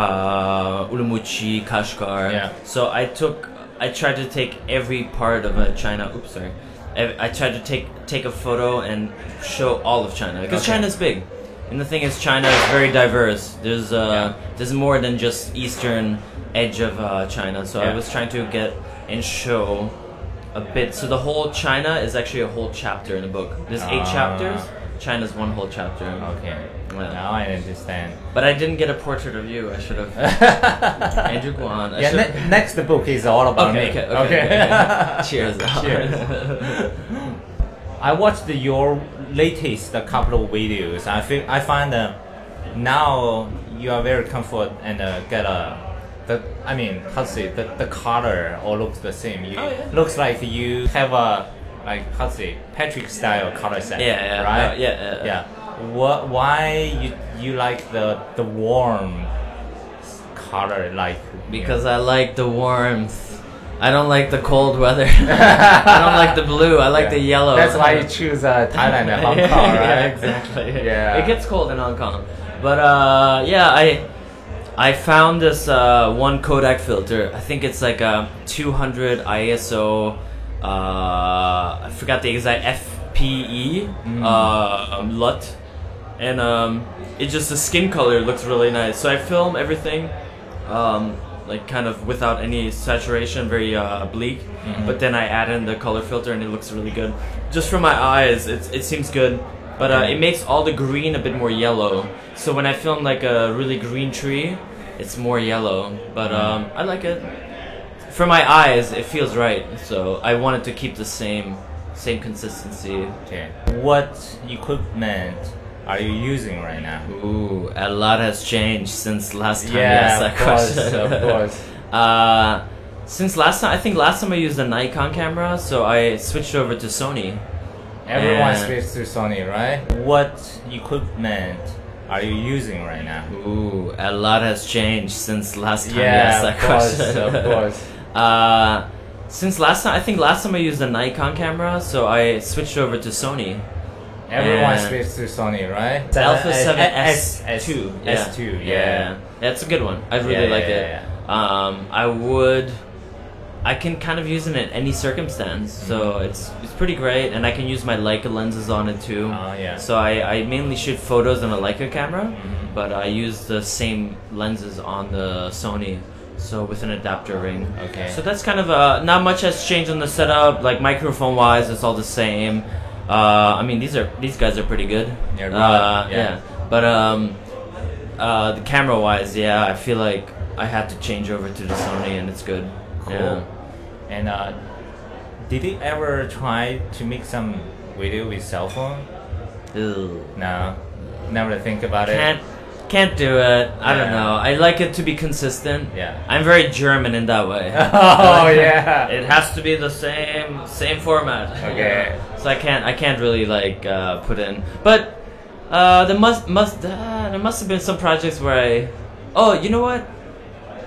uh, Ulaanbaatar, Kashgar. Yeah. So I took, I tried to take every part of uh, China. Oops, sorry. I, I tried to take take a photo and show all of China because Okay. China's big. And the thing is, China is very diverse. There's uh, there's more than just eastern edge of uh, China. So I Yeah. was trying to get and show a bit. So the whole China is actually a whole chapter in the book. There's eight Ah. chapters. China's one whole chapter. Okay. Yeah. Now I understand. But I didn't get a portrait of you. I should <laughs> have. Andrew Guan. I Yeah. should've- Ne- next book is all about okay, me. okay, okay, <laughs> okay, okay. <laughs> Cheers. I watched your latest couple of videos. I feel I find uh, now you are very comfort and uh, get a the I mean how to say the, the color all looks the same. You, Oh, yeah. Looks like you have a like how to say Patrick style color set. Yeah, yeah, right. yeah, yeah, yeah. What? Why you you like the the warm s- color like you know? Because I like the warmth. I don't like the cold <laughs> weather. I don't like the blue. I like the Yeah. yellow. That's why you choose uh, Thailand and Hong Kong, right? <laughs> yeah, exactly. Yeah. It gets cold in Hong Kong. But uh, yeah, I I found this uh, one Kodak filter. I think it's like a 200 ISO. Uh, I forgot the exact FPE Mm-hmm. uh, um, LUT, and um, it just the skin color looks really nice. So I film everything. Um, like kind of without any saturation, very uh, oblique. But then I add in the color filter, and it looks really good. Just from my eyes, it it seems good. But uh, it makes all the green a bit more yellow. So when I film like a really green tree, it's more yellow. But um, I like it. For my eyes, it feels right. So I wanted to keep the same, same consistency. Okay. What equipment are you using right now? Ooh, a lot has changed since last time Yeah, you of asked that course, question. <laughs> of course. uh, since last time, I think last time I used a Nikon camera, so I switched over to Sony. Everyone Yeah. switched to Sony, right? What equipment are you using right now? Ooh, a lot has changed since last time you Yeah, asked that of course, question. <laughs> of course. Uh, since last time, I think last time I used a Nikon camera, so I switched over to Sony. Everyone Yeah. switched to Sony, right? Uh, The Alpha 7S2. S two, Yeah. S two, yeah. yeah. That's a good one. I really Yeah, yeah, like it. yeah, Um, I would. I can kind of use it in any circumstance, so Mm-hmm. it's it's pretty great, and I can use my Leica lenses on it too. Oh, yeah. So I, I mainly shoot photos on a Leica camera, Mm-hmm. but I use the same lenses on the Sony. So with an adapter ring. Okay. So that's kind of uh, not much has changed on the setup. Like microphone wise, it's all the same. Uh, I mean, these are these guys are pretty good. Yeah, Uh, right, yeah. yeah. But um, uh, the camera wise, yeah, I feel like I had to change over to the Sony, and it's good. Cool. Yeah. And uh, did you ever try to make some video with cell phone? Ew. No, never think about it. Can't can't do it. I don't Yeah. know. I like it to be consistent. Yeah. I'm very German in that way. <laughs> <laughs> <laughs> Oh, yeah. It has to be the same same format. Okay. so I can't I can't really like uh, put in. But uh, there must must uh, there must have been some projects where I Oh, you know what?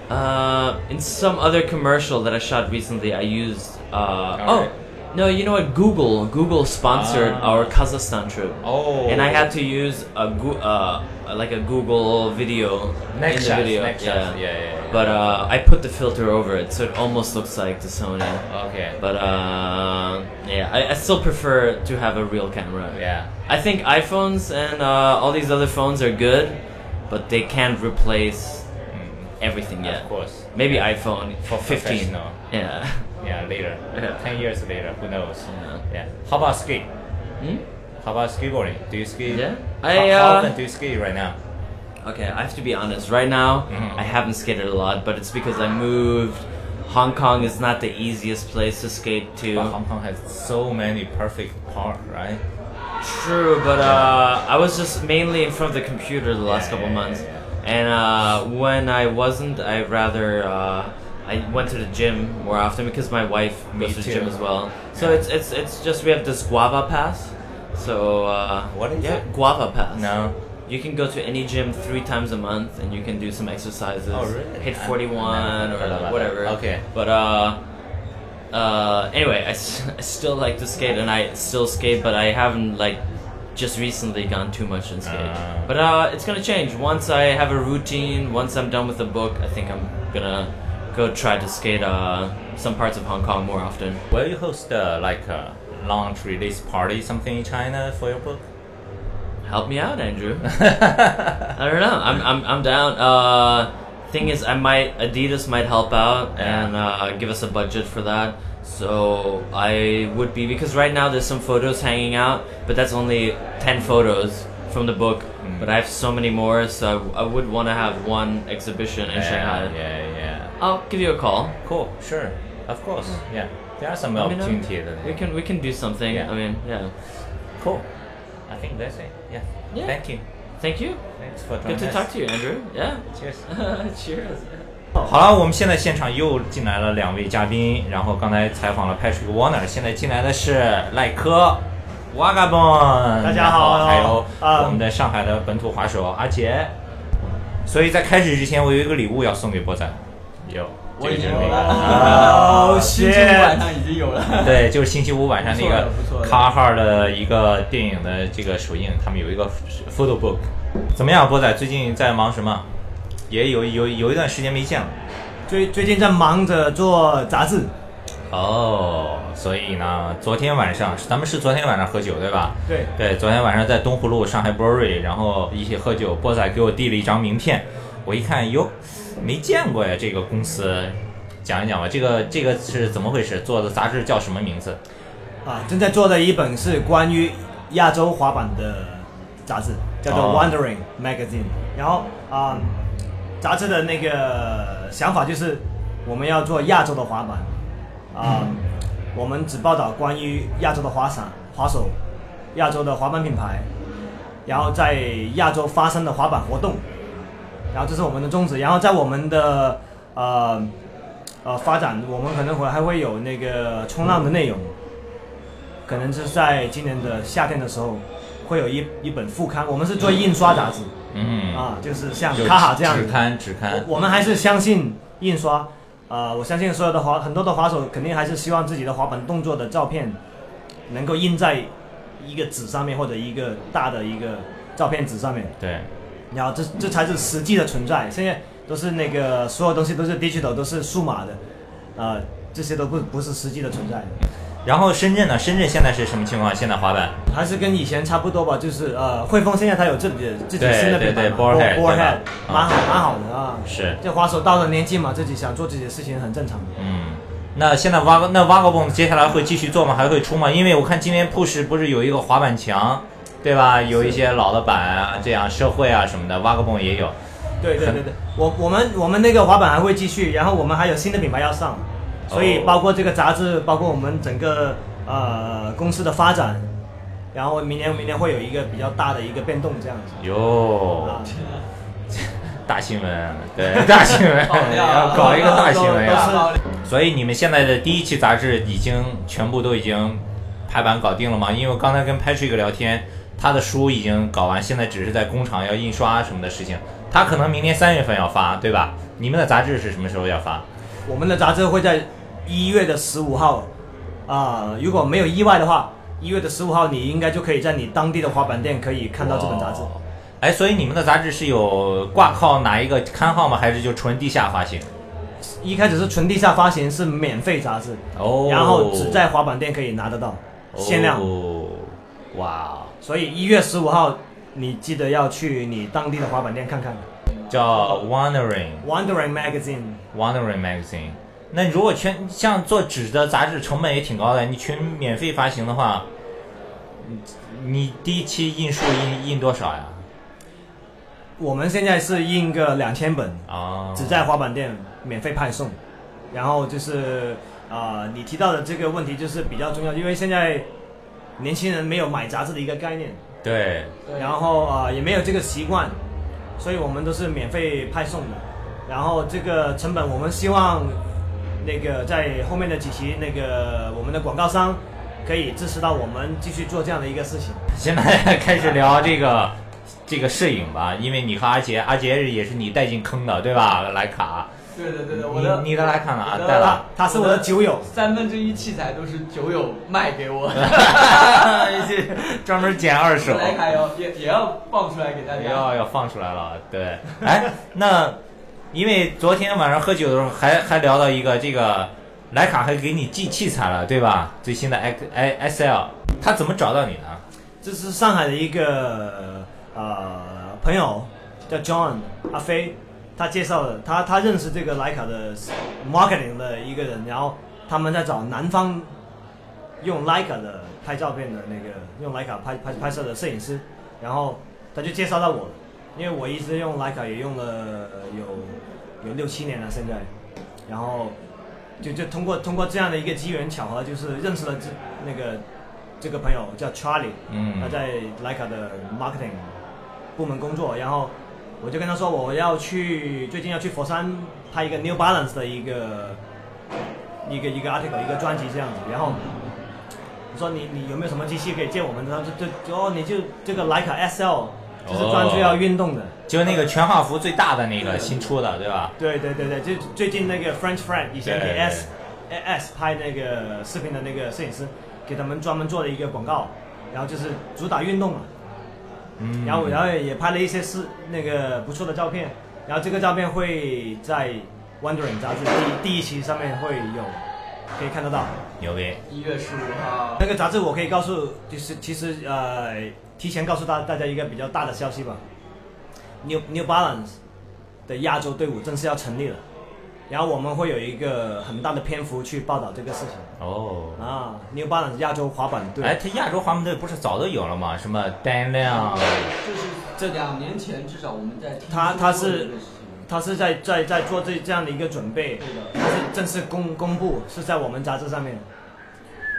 Uh, in some other commercial that I shot recently, I used uh, oh Alright. no, you know what? Google Google sponsored Ah. our Kazakhstan trip. Oh. And I had to use a Goo- uh, like a Google video Next in the shots, video. next yeah. shots. Yeah, yeah, yeah. But uh, I put the filter over it, so it almost looks like the Sony. Okay. But uh, yeah, I, I still prefer to have a real camera. yeah. I think iPhones and uh, all these other phones are good, but they can't replace everything yet. Mm. Of course. Maybe iPhone <laughs> For 15. professional. Yeah. <laughs> Yeah, later. Yeah. Ten years later, who knows? Yeah. Yeah. How about ski? Hmm? How about skateboarding? Do you ski? Yeah. How, I, how uh, often do you ski right now? Okay, I have to be honest. Right now, Mm-hmm. I haven't skated a lot, but it's because I moved. Hong Kong is not the easiest place to skate to. But Hong Kong has so many perfect park, right? True, but uh, I was just mainly in front of the computer the last Yeah, couple yeah, months, yeah, and uh, when I wasn't, I rather uh, I went to the gym more often because my wife Me goes to the too. gym as well. So it's it's it's just we have this guava pass. So uh, What is yeah, it? Guava pass. No. You can go to any gym three times a month, and you can do some exercises. Oh, really? Hit I- I forty-one never or heard about that. whatever. Okay. But uh, uh, anyway, I, s- <laughs> I still like to skate, and I still skate, but I haven't like just recently gone too much in skate. Ah. but uh, it's gonna change once I have a routine. Once I'm done with the book, I think I'm gonna go try to skate uh, some parts of Hong Kong more often. Will you host uh, like a launch release party something in China for your book? Help me <laughs> out, Andrew. I don't know. I'm, I'm, I'm down. Uh, thing is, I might Adidas might help out Yeah. and uh, give us a budget for that. So I would be because right now there's some photos hanging out, but that's only ten photos from the book. Mm. But I have so many more, so I, I would want to have one exhibition in yeah, Shanghai. yeah, yeah. I'll give you a call. Cool, sure, of course. Mm. Yeah, there are some I mean, I'm- opportunities. we can we can do something. Yeah. I mean, yeah. Cool. I think that's it. Yeah. Yeah. Thank you. Thank you. Thanks for Good to talk to you, Andrew. Yeah. <laughs> Cheers. Cheers. 好了，我们现在现场又进来了两位嘉宾，然后刚才采访了 Patrick Warner，现在进来的是赖科。瓦嘎蹦，大家好然后还啊有我们的上海的本土滑手阿杰。所以在开始之前，我有一个礼物要送给波仔。有，这个就是那个啊哦，星期五晚上已经有了。对，就是星期五晚上那个不错的不错的卡哈尔的一个电影的这个首映，他们有一个 photo book。怎么样，波仔最近在忙什么？也有有有一段时间没见了。最最近在忙着做杂志，哦，所以呢，昨天晚上咱们是昨天晚上喝酒对吧？对对，昨天晚上在东湖路上海 Brewery，然后一起喝酒，波仔给我递了一张名片，我一看，哟，没见过呀，这个公司，讲一讲吧，这个这个是怎么回事？做的杂志叫什么名字？啊，正在做的一本是关于亚洲滑板的杂志，叫做哦《Wandering Magazine》。然后啊、杂志的那个想法就是我们要做亚洲的滑板，啊、我们只报道关于亚洲的滑伞、滑手、亚洲的滑板品牌，然后在亚洲发生的滑板活动，然后这是我们的宗旨。然后在我们的呃呃发展，我们可能会还会有那个冲浪的内容。可能是在今年的夏天的时候，会有一一本副刊。我们是做印刷杂志、嗯，啊，就是像就卡哈这样只子。刊只刊，我们还是相信印刷，呃，我相信所有的滑很多的滑手肯定还是希望自己的滑板动作的照片能够印在一个纸上面或者一个大的一个照片纸上面。对，然后这这才是实际的存在。现在都是那个所有东西都是 digital，都是数码的，呃，这些都不不是实际的存在的。然后深圳呢？深圳现在是什么情况？现在滑板还是跟以前差不多吧，就是呃，汇丰现在它有自己的自己对新的对品对牌嘛 Borehead，对吧 Borehead，啊蛮好蛮好的啊。是，这滑手到了年纪嘛，自己想做自己的事情很正常的。嗯，那现在挖个那挖个泵接下来会继续做吗？还会出吗？因为我看今天 push 不是有一个滑板墙，对吧？有一些老的板啊，这样社会啊什么的，挖个泵也有。对对 <laughs> 对对，我我们我们那个滑板还会继续，然后我们还有新的品牌要上，所以哦包括这个杂志，包括我们整个呃公司的发展，然后明年明年会有一个比较大的一个变动这样子。哟啊，，大新闻，对，大新闻，要搞一个大新闻呀。所以你们现在的第一期杂志已经全部都已经排版搞定了吗？因为我刚才跟 Patrick 聊天，他的书已经搞完，现在只是在工厂要印刷什么的事情。他可能明年三月份要发，对吧？你们的杂志是什么时候要发？我们的杂志会在一月的十五号，啊、如果没有意外的话，一月的十五号你应该就可以在你当地的滑板店可以看到这本杂志。哦哎，所以你们的杂志是有挂靠哪一个刊号吗？还是就纯地下发行？一开始是纯地下发行，是免费杂志，哦然后只在滑板店可以拿得到，限量。哦、哇，哦所以一月十五号，你记得要去你当地的滑板店看看。叫 Wandering Wandering Magazine， Wandering Magazine。那如果全像做纸的杂志，成本也挺高的。你全免费发行的话，你你第一期印数印印多少呀？我们现在是印个两千本，啊、只在滑板店免费派送。然后就是啊、呃你提到的这个问题就是比较重要，因为现在年轻人没有买杂志的一个概念，对，然后啊、呃也没有这个习惯，所以我们都是免费派送的。然后这个成本我们希望那个在后面的几期那个我们的广告商可以支持到我们继续做这样的一个事情。现在开始聊这个这个摄影吧，因为你和阿杰，阿杰也是你带进坑的，对吧？徕卡，对对对对，我的你你的徕卡哪我的带了？他是我的酒友，三分之一器材都是酒友卖给我， <laughs> <laughs> <laughs> 专门捡二手，莱卡要哦也也要放出来给大家。要要放出来了。对，哎，那因为昨天晚上喝酒的时候还还聊到一个这个徕卡还给你寄器材了，对吧？最新的 X I S L，他怎么找到你的？这是上海的一个呃朋友叫 John 阿飞，他介绍的，他他认识这个徕卡的 marketing 的一个人，然后他们在找南方用徕卡的拍照片的那个用徕卡拍拍拍摄的摄影师，然后他就介绍到我，因为我一直用徕卡也用了呃有有六七年了现在，然后就就通过通过这样的一个机缘巧合，就是认识了这那个这个朋友叫 Charlie，嗯他在徕卡的 marketing 部门工作，然后我就跟他说我要去最近要去佛山拍一个 New Balance 的一个一个一个 article 一个专辑这样子，然后我说你你有没有什么机器可以借我们？然后就就就哦你就这个徕卡 SL 就是专注要运动的，就那个全画幅最大的那个新出的，对吧？对对对对，就最近那个 French Friend 以前对给 S S 拍那个视频的那个摄影师，给他们专门做了一个广告，然后就是主打运动嘛，嗯然后然后也拍了一些是那个不错的照片，然后这个照片会在 Wondering 杂志第第一期上面会有，可以看得到。牛逼，一月十五号，那个杂志我可以告诉，就是其实呃，提前告诉大大家一个比较大的消息吧，New New Balance 的亚洲队伍正式要成立了，然后我们会有一个很大的篇幅去报道这个事情哦。啊，New Balance 亚洲滑板哎，队，他亚洲滑板队不是早都有了吗？什么单啊亮，这是这两年前至少我们在听他说他过是这个事情他是在在在做这这样的一个准备，对的，它是正式公公布是在我们杂志上面，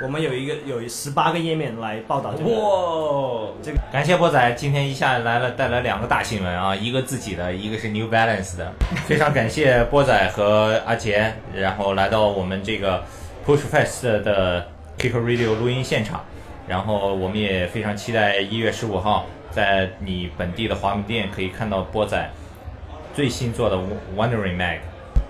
我们有一个有十八个页面来报道这个。哇，这个感谢波仔今天一下来了，带来两个大新闻啊，一个自己的，一个是 New Balance 的，非常感谢波仔和阿杰，然后来到我们这个 Push Fest 的 Kick Radio 录音现场，然后我们也非常期待一月十五号在你本地的华门店可以看到波仔最新做的 Wondering Mag。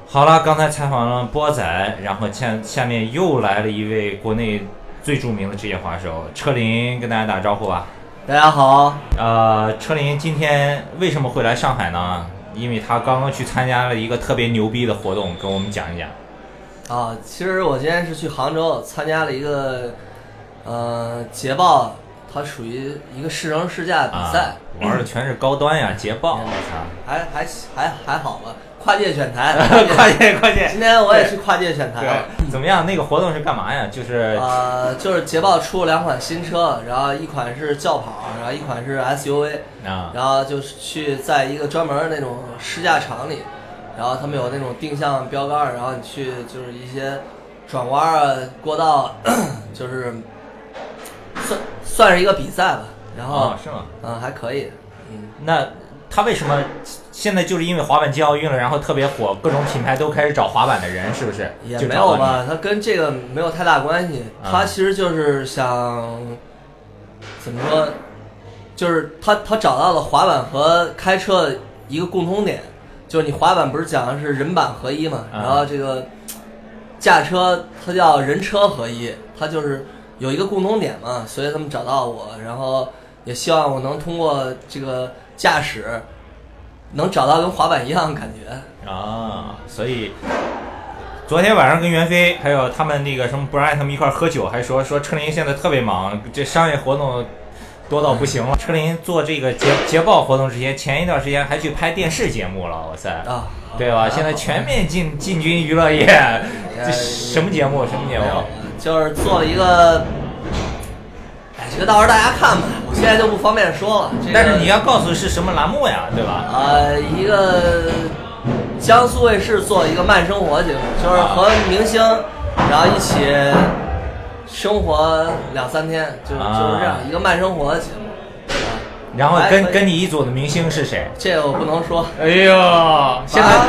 好了，刚才采访了波仔，然后下下面又来了一位国内最著名的职业滑手车林，跟大家打招呼吧。大家好，呃，车林今天为什么会来上海呢？因为他刚刚去参加了一个特别牛逼的活动，跟我们讲一讲。啊，其实我今天是去杭州参加了一个，呃，捷豹，它属于一个试乘试驾比啊赛，，玩的全是高端呀，捷豹啊，，还还还还好吧，跨界选 <laughs> 台 <laughs> 快点快点 <laughs> 今天我也去跨界选台了。对，怎么样？那个活动是干嘛呀？就是呃，就是捷豹出了两款新车，然后一款是轿跑，然后一款是 SUV，啊，然后就是去在一个专门儿那种试驾场里，然后他们有那种定向标杆儿，然后你去就是一些转弯儿啊、过道， <clears throat> 就是算算是一个比赛吧。然后，哦是吗？嗯，还可以，嗯，那他为什么现在就是因为滑板季奥运了，然后特别火，各种品牌都开始找滑板的人，是不是？也就没找到有你？吧，它跟这个没有太大关系。啊他其实就是想怎么说，就是他他找到了滑板和开车的一个共通点，就是你滑板不是讲的是人板合一嘛，啊然后这个驾车它叫人车合一，它就是有一个共通点嘛，所以他们找到我，然后也希望我能通过这个驾驶能找到跟滑板一样的感觉。啊，所以昨天晚上跟袁飞还有他们那个什么 Brian 他们一块儿喝酒，还说说车林现在特别忙，这商业活动多到不行了。车林做这个捷捷豹活动之前，前一段时间还去拍电视节目了，哇塞！啊，对吧？还现在好哎全面进进军娱乐业，这什么节目？什么节目？就是做了一个，哎，这个到时候大家看吧，我现在就不方便说了。这个、但是你要告诉是什么栏目呀，对吧？呃，一个江苏卫视做一个慢生活节目，就是和明星，然后一起生活两三天，就是就是这样啊一个慢生活节目。然后哎跟可以跟你一组的明星是谁？这个我不能说，哎呦，现在啊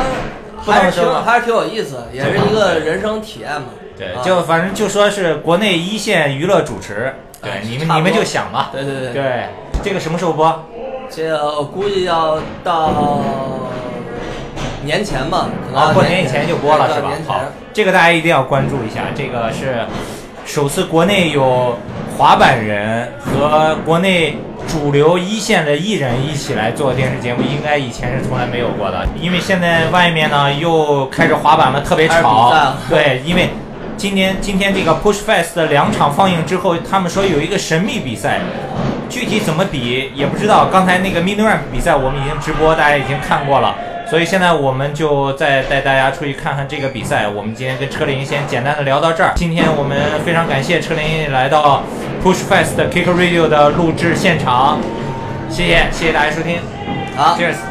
不还能是生挺了。还是挺有意思，也是一个人生体验嘛。对啊，就反正就说是国内一线娱乐主持，对，你们差不多你们就想吧。对对对啊对，这个什么时候播？这个我估计要到年前吧，可能啊，要过年以前就播了是吧年？前嗯好，这个大家一定要关注一下，这个是首次国内有滑板人和国内主流一线的艺人一起来做电视节目，应该以前是从来没有过的。因为现在外面呢又开始滑板了，特别开始比吵赛了。对，因为今天今天这个 Push Fest 的两场放映之后，他们说有一个神秘比赛，具体怎么比也不知道。刚才那个 Mini Ramp 比赛我们已经直播，大家已经看过了，所以现在我们就再带大家出去看看这个比赛。我们今天跟车林先简单的聊到这儿。今天我们非常感谢车林来到 Push Fest Kick Radio 的录制现场，谢谢谢谢大家收听好，Cheers。